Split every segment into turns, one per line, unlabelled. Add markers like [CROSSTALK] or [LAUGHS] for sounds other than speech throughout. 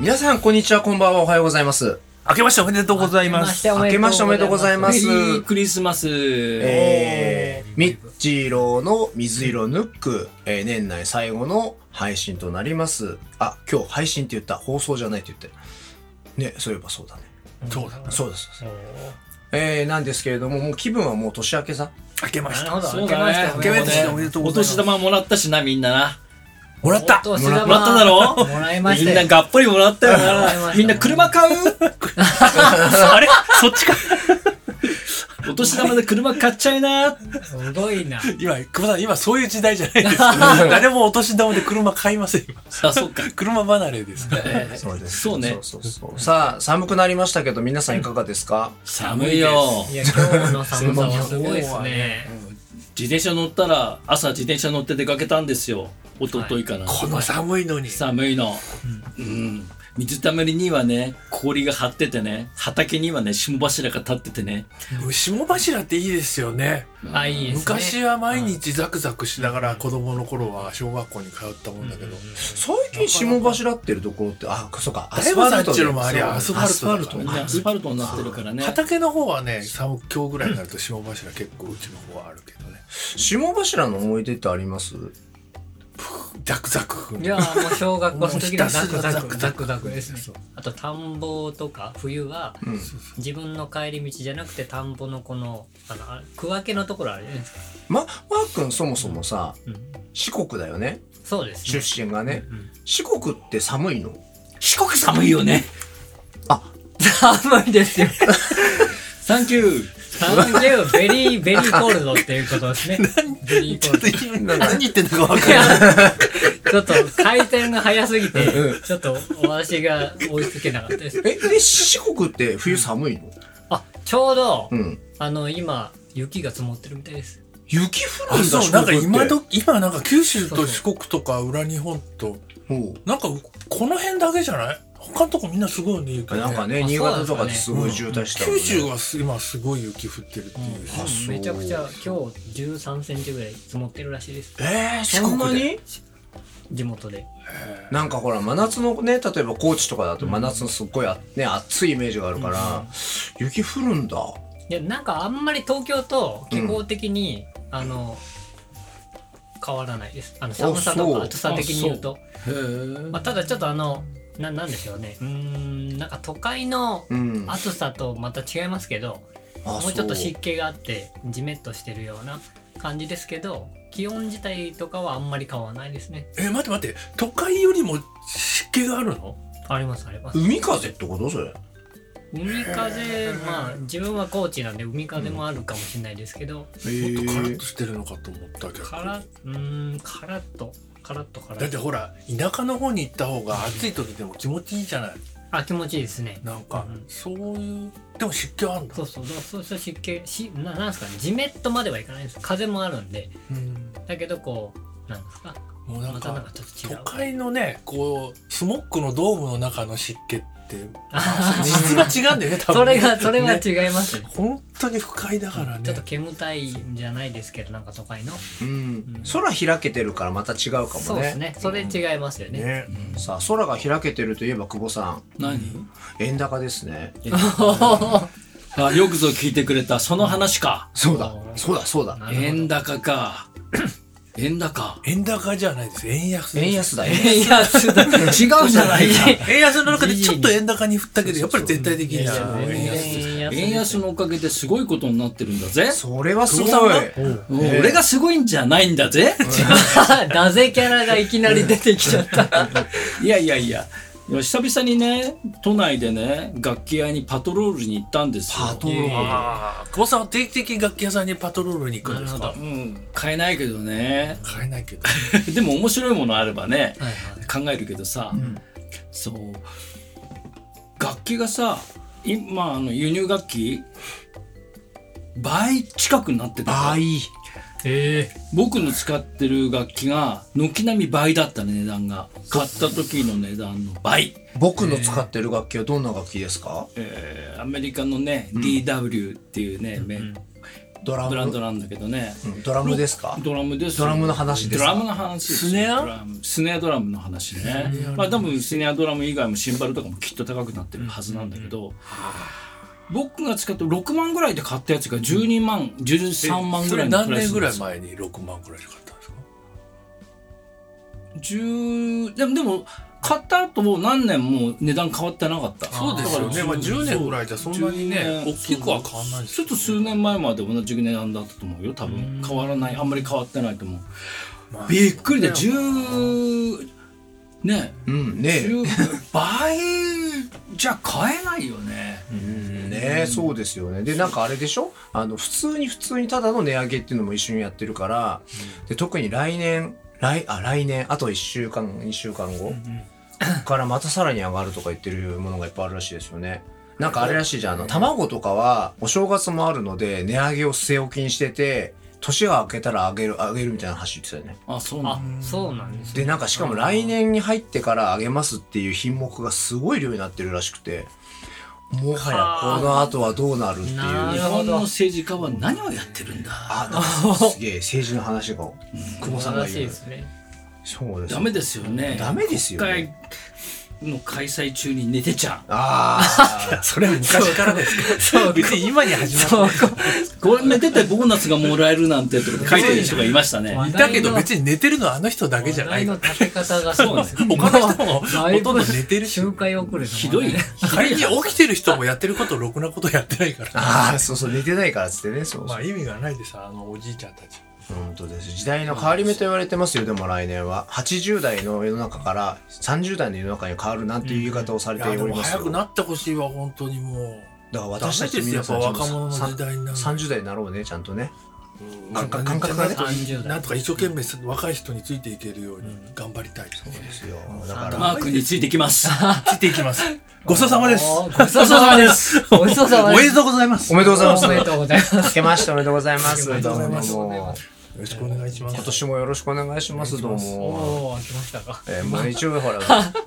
皆さん、こんにちは、こんばんは、おはようございます。
明けましておめでとうございます。
明けましておめでとうございます。
メリークリスマス。
えー、みっちーろうの水色ヌック、えー年内最後の配信となります。あ、今日配信って言った。放送じゃないって言って。ね、そういえばそうだね。
そうだ。
そうです。そうですえー、なんですけれども、もう気分はもう年明けさ。
明けまし
なる
た。
ほど。
そうだね
明けまして
お
お
め
め
で
で
とうご
お
ざいます
年。玉もらったしな、みんなな。
もらっ
と
た
う。お年玉
もらっただろ
もらいまし
み
た
ん
よ
ながっぽりもらったよ
もらいまし
な。
た
みんな車買う
あれそっちか。
お年玉で車買っちゃいな。
すごいな。
今、久保さん、今そういう時代じゃないです。誰もお年玉で車買いません。今
あ、そっか。
車離れですから。
そうです。
そうね
そうそうそうさあ、寒くなりましたけど、皆さんいかがですか、
寒いよ。
いや、今日の寒さはすごいですね。
自転車乗ったら、朝自転車乗って出かけたんですよ。おとといかな。
この寒いのに。
寒いの。うん。水たまりにはね、氷が張っててね、畑にはね、霜柱が立っててね。
霜柱っていいですよね。
あ、いいですね。
昔は毎日ザクザクしながら子供の頃は小学校に通ったもんだけど。
最近霜柱ってるところって、あ、そうか、ア
だい
ス
ぶ
ファ
さ
ル
っ
ト
ち
で
の周りはアスファルトだか
アスファ
ら
み
ね
んなアスファルトになってるからね。
畑の方はね、寒今日ぐらいになると霜柱結構うちの方はあるけどね。
霜柱の思い出ってあります
ザクザク踏ん
い
で
や、もう小学校の時の
もうひた
ザ
す
ク
ら
ザ
ザク
ク
ザ
ザ
ク
クザクですね
そう。
あと、田んぼとか、冬は、
うん。
自分の帰り道じゃなくて、田んぼのこの、あの、あ区分けのところあるじゃないですか。
ま、マー君そもそもさ、
うん
四国だよね
そうです
出
ね。
身がね、
うん
四国って寒いの
四国寒いよね。
寒いですよ。
サンキュー。
30ベリー、ベリーコールドっていうことですね。ベリーコールド。
何言ってんだか分かん
い
ない。
や [LAUGHS] ちょっと回転が早すぎて、ちょっと私が追いつけなかったです。
[LAUGHS] えで四国って冬寒いの
あ、ちょうど、
うん
あの、今、雪が積もってるみたいです。
雪降る
あ
んだ
そう
四
なんか
国って
今ど今なんか九州と四国とか裏日本と
ほ
なんかこの辺だけじゃない他のとこみんなすごいね雪
う
ね
なんか
あ
ね新潟とかってす
そ
ごい渋滞したもん
九
ね
州はす今すごい雪降ってるっていうし、
あそう
めちゃくちゃ、今日13センチぐらい積もってるらしいです。
えー、
四
そ
国
んなに
地元で。
なんかほら真夏のね例えば高知とかだと真夏のすっごいあ、ね、暑いイメージがあるから、雪降るんだ
いや、なんかあんまり東京と気候的に、あの、変わらないです。あの、寒さと
そう
か暑さ的に言うと。
へ
まあ、ただちょっとあの、な、なんでしょうね。うーん、なんか都会の
うん
暑さとまた違いますけど、
あ
もうちょっと
そう
湿気があってジメッとしてるような感じですけど気温自体とかはあんまり変わらないですね
え待って待って都会よりも湿気があるの
ありますあります
海風ってことそれ
海風まあ自分は高知なんで海風もあるかもしれないですけど、
もっとカラ
へ
ッ
ー
としてるのかと思ったけど
からうーんカラッとカラッとカラ
だっ
ッ
て
と
ほら田舎の方に行った方が暑い時でも気持ちいいじゃない
あ気持ちいいですね
なんか、
うん
そういうでも湿気はあるんだ
そうそうだからそうそう湿気しななんですかねジメッとまではいかないんです風もあるんで
うん
だけどこうなんですか
もうなん
またなん
か
かちょっと違
都
う
会のねこうスモックのドームの中の湿気って質が違うんだよね多
そ
分ね
れがそれは
ね
違いますね
本当に不快だからね
ちょっと煙たいんじゃないですけどなんか都会の
うん、空開けてるからまた違うかもね
そうですねそれ違いますよね、
ね
さあ空が開けてるといえば久保さん
何
円高ですね
あ、よくぞ聞いてくれた。その話か。
そうだそうだそうだ
なるほど [LAUGHS]
円高か。円高。
円高じゃないです円安です
円安だよ
円安だ。違うじゃないか。
円安の中でちょっと円高に振ったけどやっぱり全体的には
そうそう
円安です
円安です
円安のおかげですごいことになってるんだぜ。
それはすごい
久保さんが
うん
うん俺がすごいんじゃないんだぜ。
ダゼキャラがい [LAUGHS] きなり出てきちゃ
[LAUGHS]
った。
いやいやいや。いや久々にね、都内でね、楽器屋にパトロールに行ったんですよ。
パトロール
ああ久保さんは定期的に楽器屋さんにパトロールに行くんです
な
か
うん。買えないけどね。 [LAUGHS]
買えないけど
でも面白いものあればね、
はい
考えるけどさ、そう楽器がさ今あの輸入楽器倍近くになってた
倍
え
僕の使ってる楽器が軒並み倍だったね値段が買った時の値段の倍、
僕の使ってる楽器はどんな楽器ですか
えーアメリカのね DW っていうね、め
ドラム
ブランドなんだけどね。
うんドラムですか
ドラムです。
ドラムの話です
ドラムの話です。
スネア
ドラムスネアドラムの話ね。まあ多分スネアドラム以外もシンバルとかもきっと高くなってるはずなんだけど、僕が使った6万ぐらいで買ったやつが12万、13万ぐ
そ
ら
れ
いの
何
プライ
年
ス
ぐら
なん
い
ですよ。
前に6万ぐらいで買ったんですか
10でも、でも、買った後もう何年も値段変わってなかった。
そうですよね。
だ
ま
か
あ
ら
10年ぐらいじゃそんなにね、
10年
大きくは変わんないです
ちょ
よ
っと数年前まで同じ値段だったと思うよ多分変わらないあんまり変わってないと思う、
まあ
びっくりだ
そうだよ
10ね
うんねえ
10倍じゃ買えないよね
ねえそうですよねでなんかあれでしょあの普通に普通にただの値上げっていうのも一緒にやってるから、で特に来年来あ来年あと1週間2週間後、からまたさらに上がるとか言ってるものがいっぱいあるらしいですよねなんかあれらしいじゃんあの卵とかはお正月もあるので値上げを据え置きにしてて年が明けたら上げる上げるみたいな話言ってたよね
あそうな
あ
んだ
そうなんですね
でなんかしかも来年に入ってから上げますっていう品目がすごい量になってるらしくてもはやこの後はどうなるっていう
な
日
る
あ
ほど
本の政治家は何をやってるんだ
なんかすげえ政治の話が久保さんが
らしい
言う
ですね
そうです
ダメですよね
ダメですよね
国会の開催中に寝てちゃう
ああそれは昔からですか
そう
別に今に始まっ
これ寝ててボーナスがもらえるなんてってこと書いてる人がいましたね
てだけど別に寝てるのはあの人だけじゃない
話題の立て方がそうですよ
他の人も
だ
ほ
いぶ
とんど寝てるし
周回遅れだもんね
[LAUGHS] ひどいね
仮に起きてる人もやってることろくなことやってないから
ああそうそう寝てないからっつってねそう
ま
そう
あ意味がないでさあのおじいちゃんたち
本当です時代の変わり目と言われてますよでも来年は80代の世の中から30代の世の中に変わるなんていう言い方をさ
い
れて
や
おり
でも
ます
早
よ
く
だか
なってほしいわ本当にも
ら
うダメ
私たち
ですよ
皆
やっ
さ
ぱ
ん
若者の時代になる
さん30代になろうねちゃんとね
うん
感覚感覚がね
30代
なんとか一生懸命若い人についていけるように頑張りたいですね
ですよだから
マー君についてき [LAUGHS] ます
ついていきます [LAUGHS] ごちそうさまです
おごちそうさま
[LAUGHS]
ですごちそうさまで
お
す
めでとうございます
おめでとうございます
おめでとうございます
[LAUGHS] 明けましておめでとうございます
明けましておめでとうございます
どうも
よろしくお願いします
今年もよろしくお願いしますどうも
おお来ましたか
えー、まあ一応ほら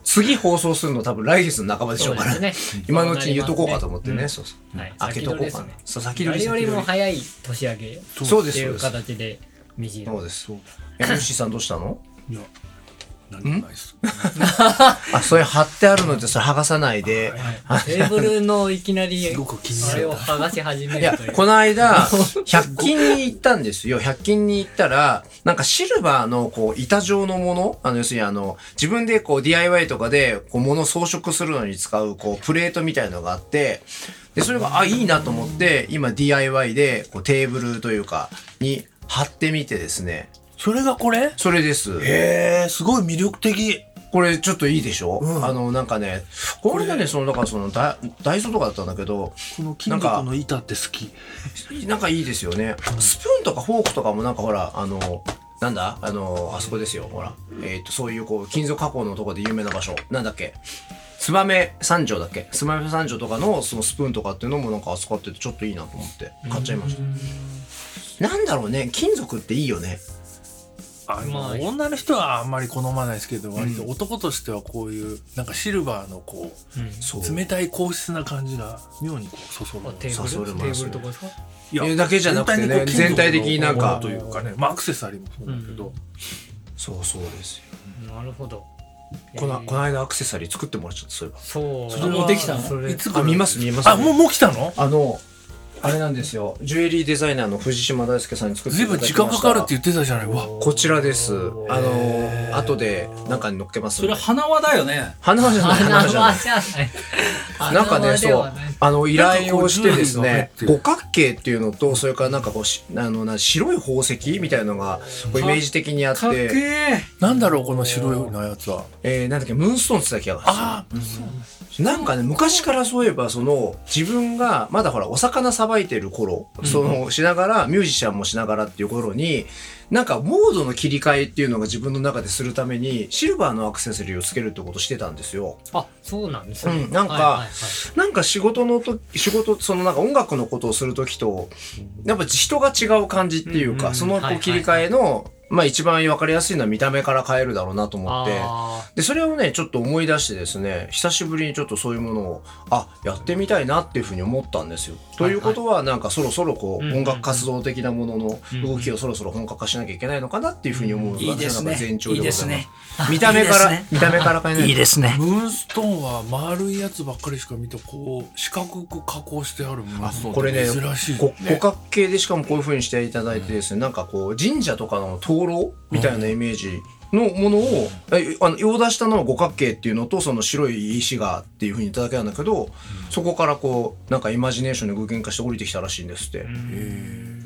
次放送するの多分来月の半ばでしょうから
そうですね
今のうちに言っとこうかと思ってね、
うん
そうそう
はい
開けとこうかな、
先取りですね
そう先取
誰
り
よりも
先取
早い年明け
りそうで
っ
す
て
そ
いうう
です
形で短
そ
いう
です。MC さんどうしたの
いや何もないです
あ、それ貼ってあるので、それ剥がさないで。
テーブルのいきなり
すごく気に
あ
な
れ
る
を剥がし始め
いや
るとい、う
この間、100均に行ったんですよ。100均に行ったら、なんかシルバーの、こう、板状のもの、あの、要するにあの、自分でこう、DIY とかで、こう、物を装飾するのに使う、こう、プレートみたいのがあって、で、それが、あ、いいなと思って、今 DIY で、こう、テーブルというか、に貼ってみてですね。
それがこれ
それです。
へえすごい魅力的
これちょっといいでしょ、
うん
あのなんかねこれがねそのだからそのダイダイソーとかだったんだけど
この金属の板って好き
なんかいいですよね、スプーンとかフォークとかもなんかほらあのなんだあのあそこですよほらえっ、とそういうこう金属加工のとこで有名な場所なんだっけ燕三条だっけ燕三条とかのそのスプーンとかっていうのもなんかあそこあってちょっといいなと思って買っちゃいましたなんだろうね金属っていいよね
あの
まあ
女の人はあんまり好まないですけど割と男としてはこういうなんかシルバーのこ
うん
そう
う冷たい硬質な感じが妙にこうそそる
あテー
そうそ
ブ
れ
ル
も
テ
ある
ーブルとかですか
い
いやだけじゃなくてね全体的になんか
というかねまあアクセサリーもそうだけど、
そうそうですよ
なるほど
この
えー
この間アクセサリー作ってもらっちゃったそういえば
そう
それもできたの
それ
いつ
あ見ます見えます
あもうもう来たの
あの、あれなんですよ。ジュエリーデザイナーの藤島大輔さんに作って
ずい
いた
ぶん
だきま
時
した
間かかるって言ってたじゃないわ
こちらです。あ
へー
の、後で中に乗っけますん
そ
で。
れ花輪だよね
花輪じゃない、
[LAUGHS]
花輪じゃない。
じゃない
なんかね、そう、あの、依頼をしてですね
なんかこうジュエリーが入って、る
五角形っていうのと、それからなんかこうし、あの、な白い宝石みたいのが、こうイメージ的にあっ
かっけ
て、
え
なんだろうこの白いのやつは
えー、なんだっけ、ムーンストーンって言ってた気がする
ああ
なんかね、昔からそういえば、その、自分が、まだほら、お魚さばいてる頃、その、しながら、ミュージシャンもしながらっていう頃に、なんか、モードの切り替えっていうのが自分の中でするために、シルバーのアクセサリーをつけるってことしてたんですよ。
あそうなんです
うんなんかなんか仕事のと、仕事、そのなんか音楽のことをするときと、やっぱ人が違う感じっていう
うんうんう
か、
ん
その
はい
こ
は
う
い
切り替えの、まあ一番わかりやすいのは見た目から変えるだろうなと思って、
あ
で、それをね、ちょっと思い出してですね、久しぶりにちょっとそういうものを、あ、やってみたいなっていうふうに思ったんですよ。ということは、なんかそろそろこう、
うんうんうん
音楽活動的なものの
うんうん
動きをそろそろ本格化しなきゃいけないのかなっていうふうに思うのが
いいです
私の
ね
中前兆
い
でござい
いで
ます。
すね
見た目から、
いいです
見た目から変えない。
すね
ムーンストーンは丸いやつばっかりしか見てこう四角く加工してあるムーンストーン
これね
って珍しいです
こ
ね
五角形でしかもこういうふうにしていただいてですね、なんかこう神社とかの灯籠みたいなイメージのものを、えあの用出したのは五角形っていうのとその白い石がっていうふうに言っただけなんだけど、そこからこうなんかイマジネーションで具現化して降りてきたらしいんですって、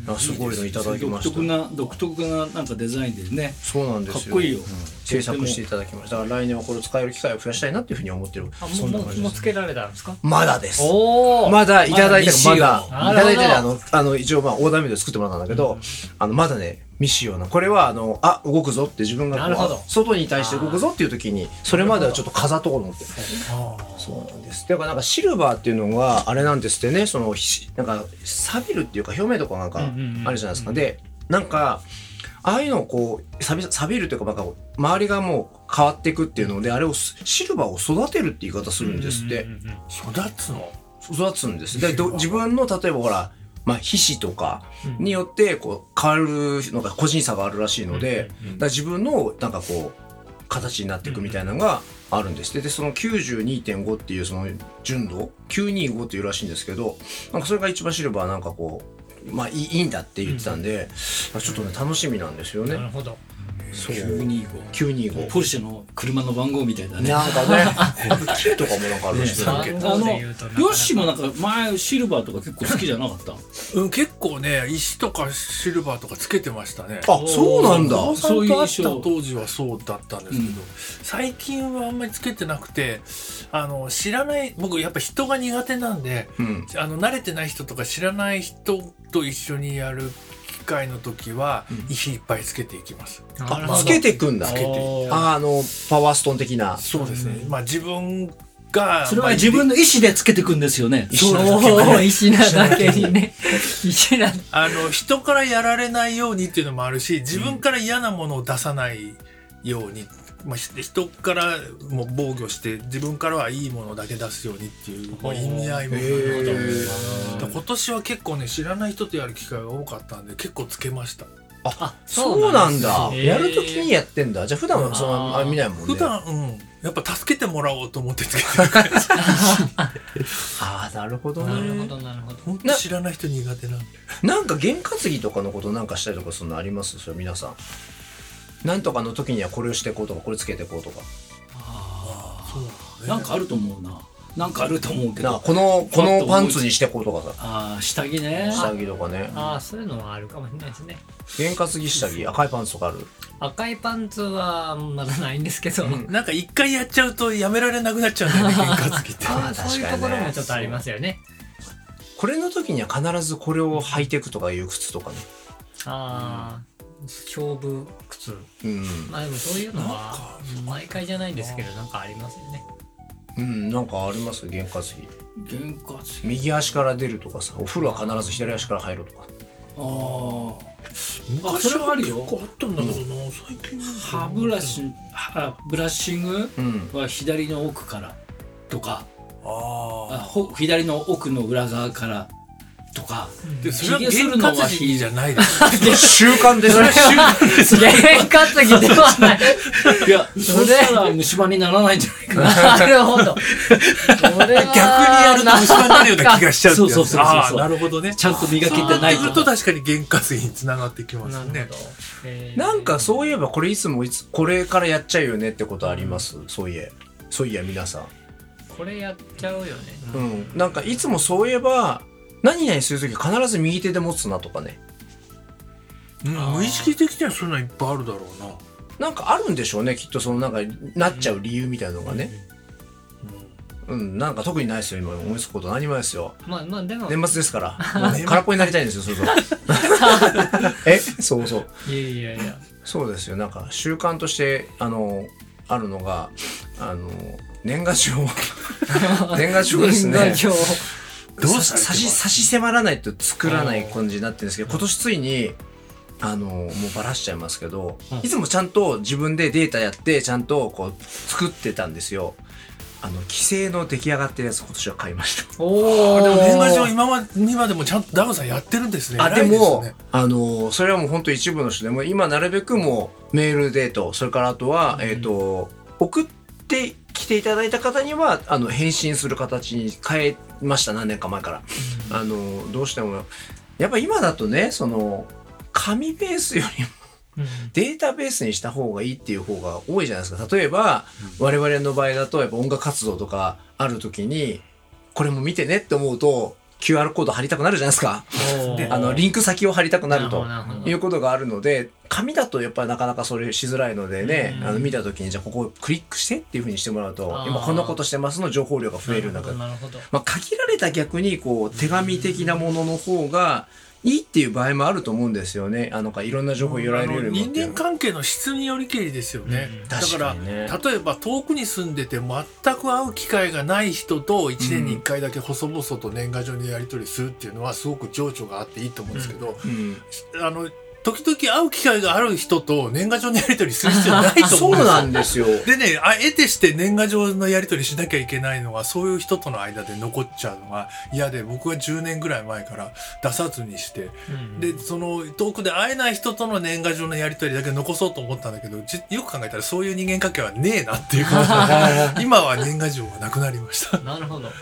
あすごいのいただきま
独
した
特な独特ななんかデザインでね
そうなんですよ
かっこいいよ
制作していただきましただから来年はこれを使える機会を増やしたいなっていうふうに思ってる
あも
そ
うん
な
も
感
う
じ
も
で
う
す
つけられたんですか
まだです
おお
まだいただいてる、ま
まだ
だ、
未
い
使
た
用
だいてる、
な
あ
る
の、あの、一応まあ、オーダーメイドで作ってもらったんだけど、あの、まだね、未使用な。これは、あの、あ、動くぞって自分がこう
なるほど
外に対して動くぞっていう時に、それまではちょっと飾っとこうと思って。
あ
そうなんです。だからなんかシルバーっていうのがあれなんですってね、そのひなんか錆びるっていうか表面とかなんか
う
あ
んうんうんうん
るじゃないですか。で、なんかああいうのをこう錆び錆びるというかなんか周りがもう変わっていくっていうので、あれをすシルバーを育てるって言い方するんですって。
ー育つの
育つんです。で、ど自分の例えばほら。まあ、皮脂とか
うん
によってこう変わるのが個人差があるらしいので、だから自分のなんかこう形になっていくみたいなのがあるんですってでその92.5っていうその純度925っていうらしいんですけどなんかそれが一番シルバーなんかこうまあいいいいんだって言ってたんで、まあちょっとね楽しみなんですよ
なる
ね。
ほど
そう
925
925
ポルシェの車の番号みたいだね
なんか
[LAUGHS]
ね木とかもなんかあるらしいです
番
けど
号で言うとなかなか
ヨッシーもなんか前シルバーとか結構好きじゃなか [LAUGHS] った
うん結構ね石とかシルバーとかつけてましたね
あそうなんだ
お父さ
そうんいう
と会っ
印
た
象
当時はそうだったんですけど、最近はあんまりつけてなくてあの知らない僕やっぱ人が苦手なんで
うん
あの慣れてない人とか知らない人と一緒にやる機会の時は、石いっぱいつけていきます。
なるほど
つけていくんだ
つけていき
あ
ああのパワーストーン的な
そうですね、まあ自分が
それは自分の意思でつけてくんですよね
石な
お
だけ
ー石なだけ
[LAUGHS]
にね石な
あの人からやられないようにっていうのもあるし自分から嫌なものを出さないように、まあ、ひ人からも防御して自分からはいいものだけ出すようにっていう、まあ、意味合いもある
へ
ので今年は結構ね知らない人とやる機会が多かったんで結構つけました
あそうなんだ
そうなんです
やるときにやってんだじゃあ普段はその
あー
あ見ないもんね
普段、うんやっぱ助けてもらおうと思ってつけてる
[LAUGHS]
から
ああなるほど
なるほ
ね
どなるほど
本当知らない人苦手なんで
なんか験担ぎとかのことなんかしたりとかそんなのありますそれ皆さんなんとかの時にはこれをしてこうとかこれつけてこうとか
そう
なんかあると思うななんかあると思うけ
なん
ど
かこのこのパンツにしてこうとかさ
ああ下着ね
下着とかね
ああそういうのはあるかもしれないですね
験担ぎ下着赤いパンツとかある
赤いパンツはまだないんですけど、
なんか一回やっちゃうとやめられなくなっちゃうん
[LAUGHS]
だよね喧嘩好きって。
あ
そういうところもちょっとありますよね
これの時には必ずこれを履いていくとかいう靴とかね
ああ勝負靴
うん
まあでもそういうのは毎回じゃないですけどなんかありますよね
うんなんかあります験担ぎ
原価あ
右足から出るとかさお風呂は必ず左足から入ろうとか
あーあそれはあるよ
結構あったんだけどな、最近
歯ブラシ歯ブラッシング
うん
は左の奥からとかあ
あ
ほ左の奥の裏側からとか
あでそれは
ひげする
験
のは
担ぎじゃないです
習慣ですね
験担ぎではない
[LAUGHS]
いやそ
それ
したら虫歯にならないんじゃないか
なるほど逆に
[LAUGHS] 逆にやると虫歯になるような気がしちゃうってやつ
そうそうそうそう
ああなるほどね
ちゃんと磨けてない
そうする
と
と確かに験担ぎにつながってきます
な
ね
るほど、え
[LAUGHS]
ー
なんかそういえばこれいつもいつこれからやっちゃうよねってことあります、そういえそういや皆さん、
これやっちゃうよね
うん、なんかいつもそういえば何々する時必ず右手で持つなとかね
うん
あー
無意識的にはそういうのいっぱいあるだろうな
なんかあるんでしょうねきっとそのなんかなっちゃう理由みたいのがねうん、なんか特にないですよ今思いつくこと何もないですよ
まあまあでも
年末です [LAUGHS] からもう空っぽになりたいんですよそれぞれ [LAUGHS] えそうそう
いやいやいや
そうですよなんか習慣としてあのあるのがあの年賀 [LAUGHS] 状年賀状ですね
年賀状
どう
さ
されてます
差し差し迫らないと作らない感じになってるんですけど今年ついにあのもうバラしちゃいますけど、
はい
い、つもちゃんと自分でデータやってちゃんとこう作ってたんですよあの規制の出来上がってるやつ今年は買いました
お
あ
お
でも年賀状今まで今でもちゃんとダウンさんやってるんですね。
あ
偉
で
いす
も
ね
あのそれはもう本当一部の人でも今なるべくもうメールデートそれからあとは、えっ、と送ってきていただいた方にはあの返信する形に変えました何年か前から、あのどうしてもやっぱ今だとねその紙ベースよりも [LAUGHS] データベースにした方がいいっていう方が多いじゃないですか。例えば、我々の場合だと、やっぱ音楽活動とかある時に、これも見てねって思うと、QR コード貼りたくなるじゃないですか。
で
あの、リンク先を貼りたくなると
なるほどなるほど
いうことがあるので、紙だとやっぱりなかなかそれしづらいのでね、
うん
あの見た時に、じゃあここをクリックしてっていうふうにしてもらうと
あ、ー
今こんなことしてますの情報量が増える中で。
なるほどなる
まあ、限られた逆にこう手紙的なものの方がいいっていう場合もあると思うんですよね。あのなんかいろんな情報よられるよりも。
人間関係の質によりけりですよね、
うん
だ
確
から
かにね
例えば遠くに住んでて全く会う機会がない人と1年に1回だけ細々と年賀状にやり取りするっていうのはすごく情緒があっていいと思うんですけど、
うん
あの時々会う機会がある人と年賀状のやり取りする必要ないと
[LAUGHS] そ
思
う
うんですよ
なんです
で
よ。
ね、あ得てして年賀状のやり取りしなきゃいけないのは、そういう人との間で残っちゃうのが嫌で、僕は10年ぐらい前から出さずにして、
うん
で、その遠くで会えない人との年賀状のやり取りだけ残そうと思ったんだけど、じよく考えたらそういう人間関係はねえなっていう感じで、今は年賀状はなくなりました。
ほどなるほ
だ
ど
か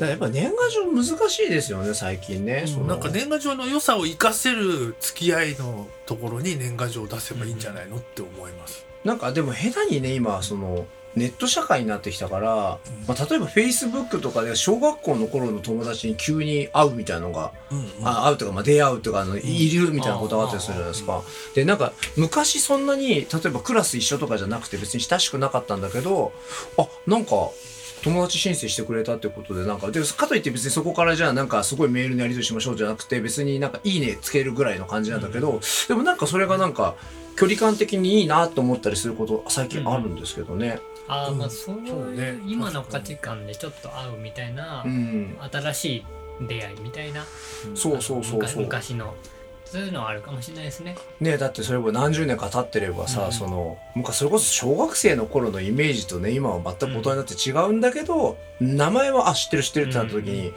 らやっぱ年賀状難しいですよね、最近ね。その
なんか年賀状の良さを活かせる付き合いのところに年賀状を出せばいいんじゃないのって思います。
なんかでも下手にね、今、その、ネット社会になってきたから、まあ、例えば Facebook とかで小学校の頃の友達に急に会うみたいなのが
うんうん
あ会うとか、まあ、出会うとかあのいるみたいなことがあったりするじゃないですか。でなんか昔そんなに例えばクラス一緒とかじゃなくて別に親しくなかったんだけどあなんか友達申請してくれたってことでなんかでかといって別にそこからじゃあなんかすごいメールのやり取りしましょうじゃなくて別になんか「いいね」つけるぐらいの感じなんだけど、でもなんかそれがなんか距離感的にいいなと思ったりすること最近あるんですけどね。
ああまあそう
そう
い
ね
う今の価値観でちょっと会うみたいな
うん、
新しい出会いみたいな
そうそうそうそう。
昔のそういうのはあるかもしれないですね
ねだってそれも何十年か経ってればさ、
うん
その昔それこそ小学生の頃のイメージとね今は全く大人になって違うんだけど、名前はあ知ってる知ってるってなった時に、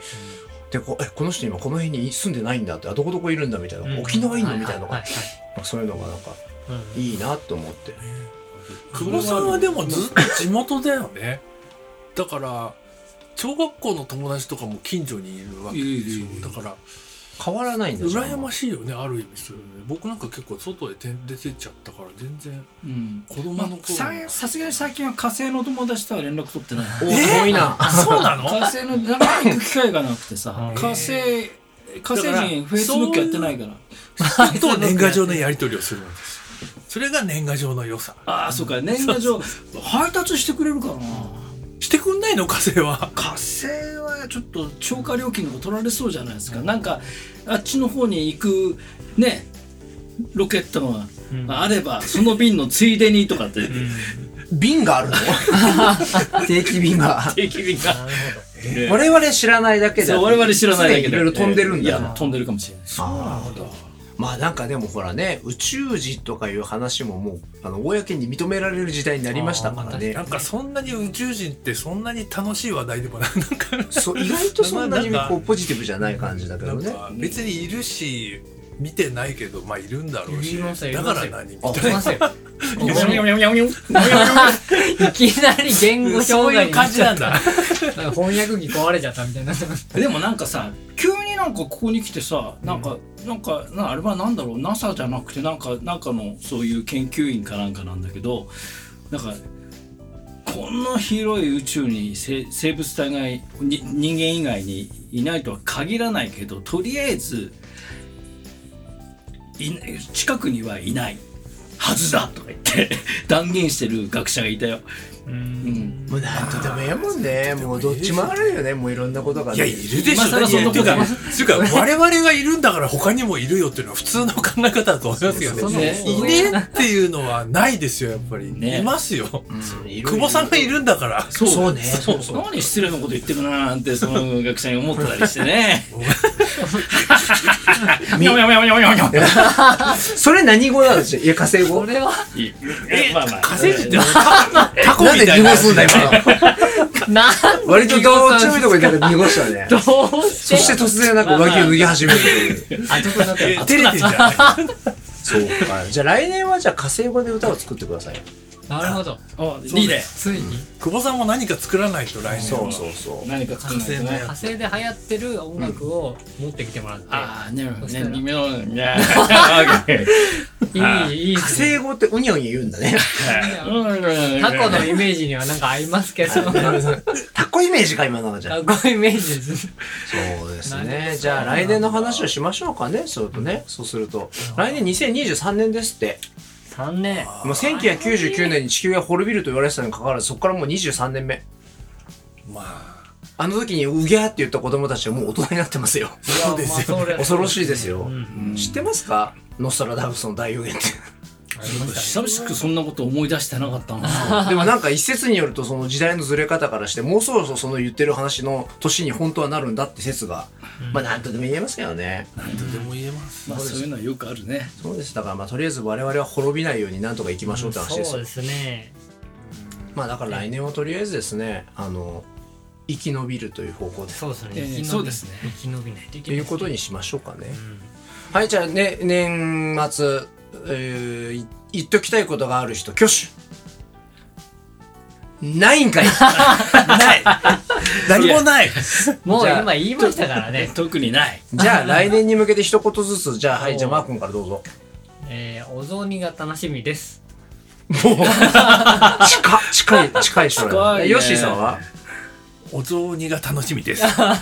でこうえこの人今この辺に住んでないんだってあどこどこいるんだみたいな、沖縄いんのみたいなのが、
はいはい
まあそういうのがなんか
はいうん
いいなと思って、
久保さんはでもずっと地元だよねだから小学校の友達とかも近所にいるわけで
い
し
るいるい
ょ
る
だから
変わらないんだ
羨ま
しい
しいよねある意味するね僕なんか結構外で出出てっちゃったから全然
うん
子供
まあ
の頃
ささすがに最近は火星の友達とは連絡取ってない
お遠いな
[LAUGHS] あそうなの
火星のなかなか行く機会がなくてさ
うん
火星火星
だから
人フェイスブックやってないから
と年賀状のやり取りをするんですよそれが年賀状の良さ
ああそうか年賀状配達してくれるかな
してくんないの火星は
火星はちょっと超過料金の方取られそうじゃないですか、なんかあっちの方に行くねロケットがあれば、その便のついでにとかって
瓶がある [LAUGHS] の定期瓶が
定期便が
なるほど
我々知らないだけじゃ
そう我々知らないだけで
いろいろ飛んでるんだ
いや飛んでるかもしれないです
あーまあなんかでもほらね宇宙人とかいう話ももうあの公に認められる時代になりましたからね
なんかそんなに宇宙人ってそんなに楽しい話題でもないなんか
そう意外とそんな
な
に
んか
こうポジティブじゃない感じだけ
な
ど
ん
ね
か別にいるし見てないけどまあいるんだろうし
いますよい
だ
ます
か
よ
ら何み
あ
たいな
ますよ
いやいや
いきなり言語
そう
障害
いう
に
感
なっ
じ
ちゃ
な
っ
ん
た
だ
なんか翻訳機壊れちゃったみたいになってます
でもなんかさ急になんかここに来てさなんか、なんかなあれはなんだろう NASA じゃなくてなんかなんかのそういう研究員かなんかなんだけどなんかこんな広い宇宙にせ生物体がいに人間以外にいないとは限らないけどとりあえずいな近くにはいないはずだとか言って [LAUGHS] 断言してる学者がいたよ。うん
もうなんとでもええもんねもうどっちもあるよねもういろんなことがね
いやいるでしょ
今更そんなこと
いや
が
ていうかていうか我々がいるんだから他にもいるよっていうのは普通の考え方だと思いますよね
その
ね
いねえっていうのはないですよやっぱり、
ね
いますよ
いろいろ
久保さんがいるんだから
そう
そうね
そうそう何失礼なこと言ってるなーなんてその学者に思ってたりしてねみょみょみょみょみょみょ
それ何語なんですよいや、火星語。
これは
え、まあまあ。
火星人って [LAUGHS] タコ
なん
み
で
たい
濁
な
すんだ、今の。
なん
割とどっちもいいとこになんか濁し
[LAUGHS]
たね。
どう
そし
して
突然なんか上着を脱ぎ始めると
[LAUGHS]
いう。
あどこだった
え照れてんじゃない
そうか。じゃあ来年はじゃあ火星語で歌を作ってください。
なるほど
あ、
そう
リー
で
で。
す
ついに
久保さんも何か作らないと来年
そう
は
そうそ。
何か作んないとね
火。
火星で流行ってる音楽を持ってきてもらって、
ああ、ね、ね、
したら
夢の、ね。あ
いいいいう
火星語ってうにゃうにゃ言うんだね。
タコのイメージにはなんか合います [LAUGHS] けど
タコイメージか、今のがじゃあ
タ。コイメージです
そうです
何で
ね。
す
じゃあ来年の話をしましょうかね、それとね。そうすると。来年2023年ですって。
3年
もう1999年に地球が滅びると言われてたのにかかわらず、そこからもう23年目。
まあ
あの時にうぎゃーって言った子供たちはもう大人になってますよ。
そうですよね
まあそれ
恐ろしいですよ。
うん
知ってますかノストラダムスの大予言って。
久しくそんなこと思い出してなかったな。
でもなんか一説によるとその時代のずれ方からしてもうそろそろその言ってる話の年に本当はなるんだって説が、まあなんとでも言えますけどね。
何とでも言えます
まあ、そういうのはよくあるね。
そうです。だからまあとりあえず我々は滅びないようになんとか行きましょうって話です
そう
よ
で。すね
まあだから来年はとりあえずですね、あの、生き延びるという方向で。
そうですね、
ええ
生き延び
そうですね、
生き延びないとい
と
けないいう
ことにしましょうかね。
ん
はい、じゃあね、年末、えーい言っときたいことがある人、挙手ないんかいない
何もない
もう
じゃあ
今言いましたからね
特にない。
じゃあ来年に向けて一言ずつ、じゃあはい、じゃあマー君からどうぞ。
えー、お雑煮が楽しみです
近近い、近い将
近い
来。
ね
ヨッシーさんは
お雑煮が楽しみです
か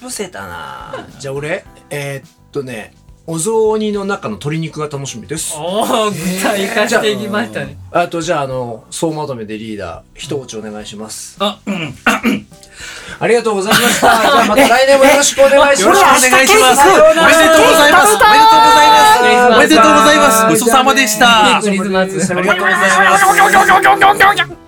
ぶせたな [LAUGHS] じゃあ俺、えーっとね、お雑煮の中の鶏肉が楽しみです。
おお具 [LAUGHS] 体化
じゃ
し
あ
ていきましたね
あとじゃあ、あの、総まとめでリーダー、一落ちお願いします。
あ、うん。
ありがとうございました。
[LAUGHS]
じゃあまた来年もよろしくお願いします。
よろしくお願いします。おめでとうございます。おめでとうございます。おめでとうございます。ごちそうさまでした。
クリスマス
ありがとうございます。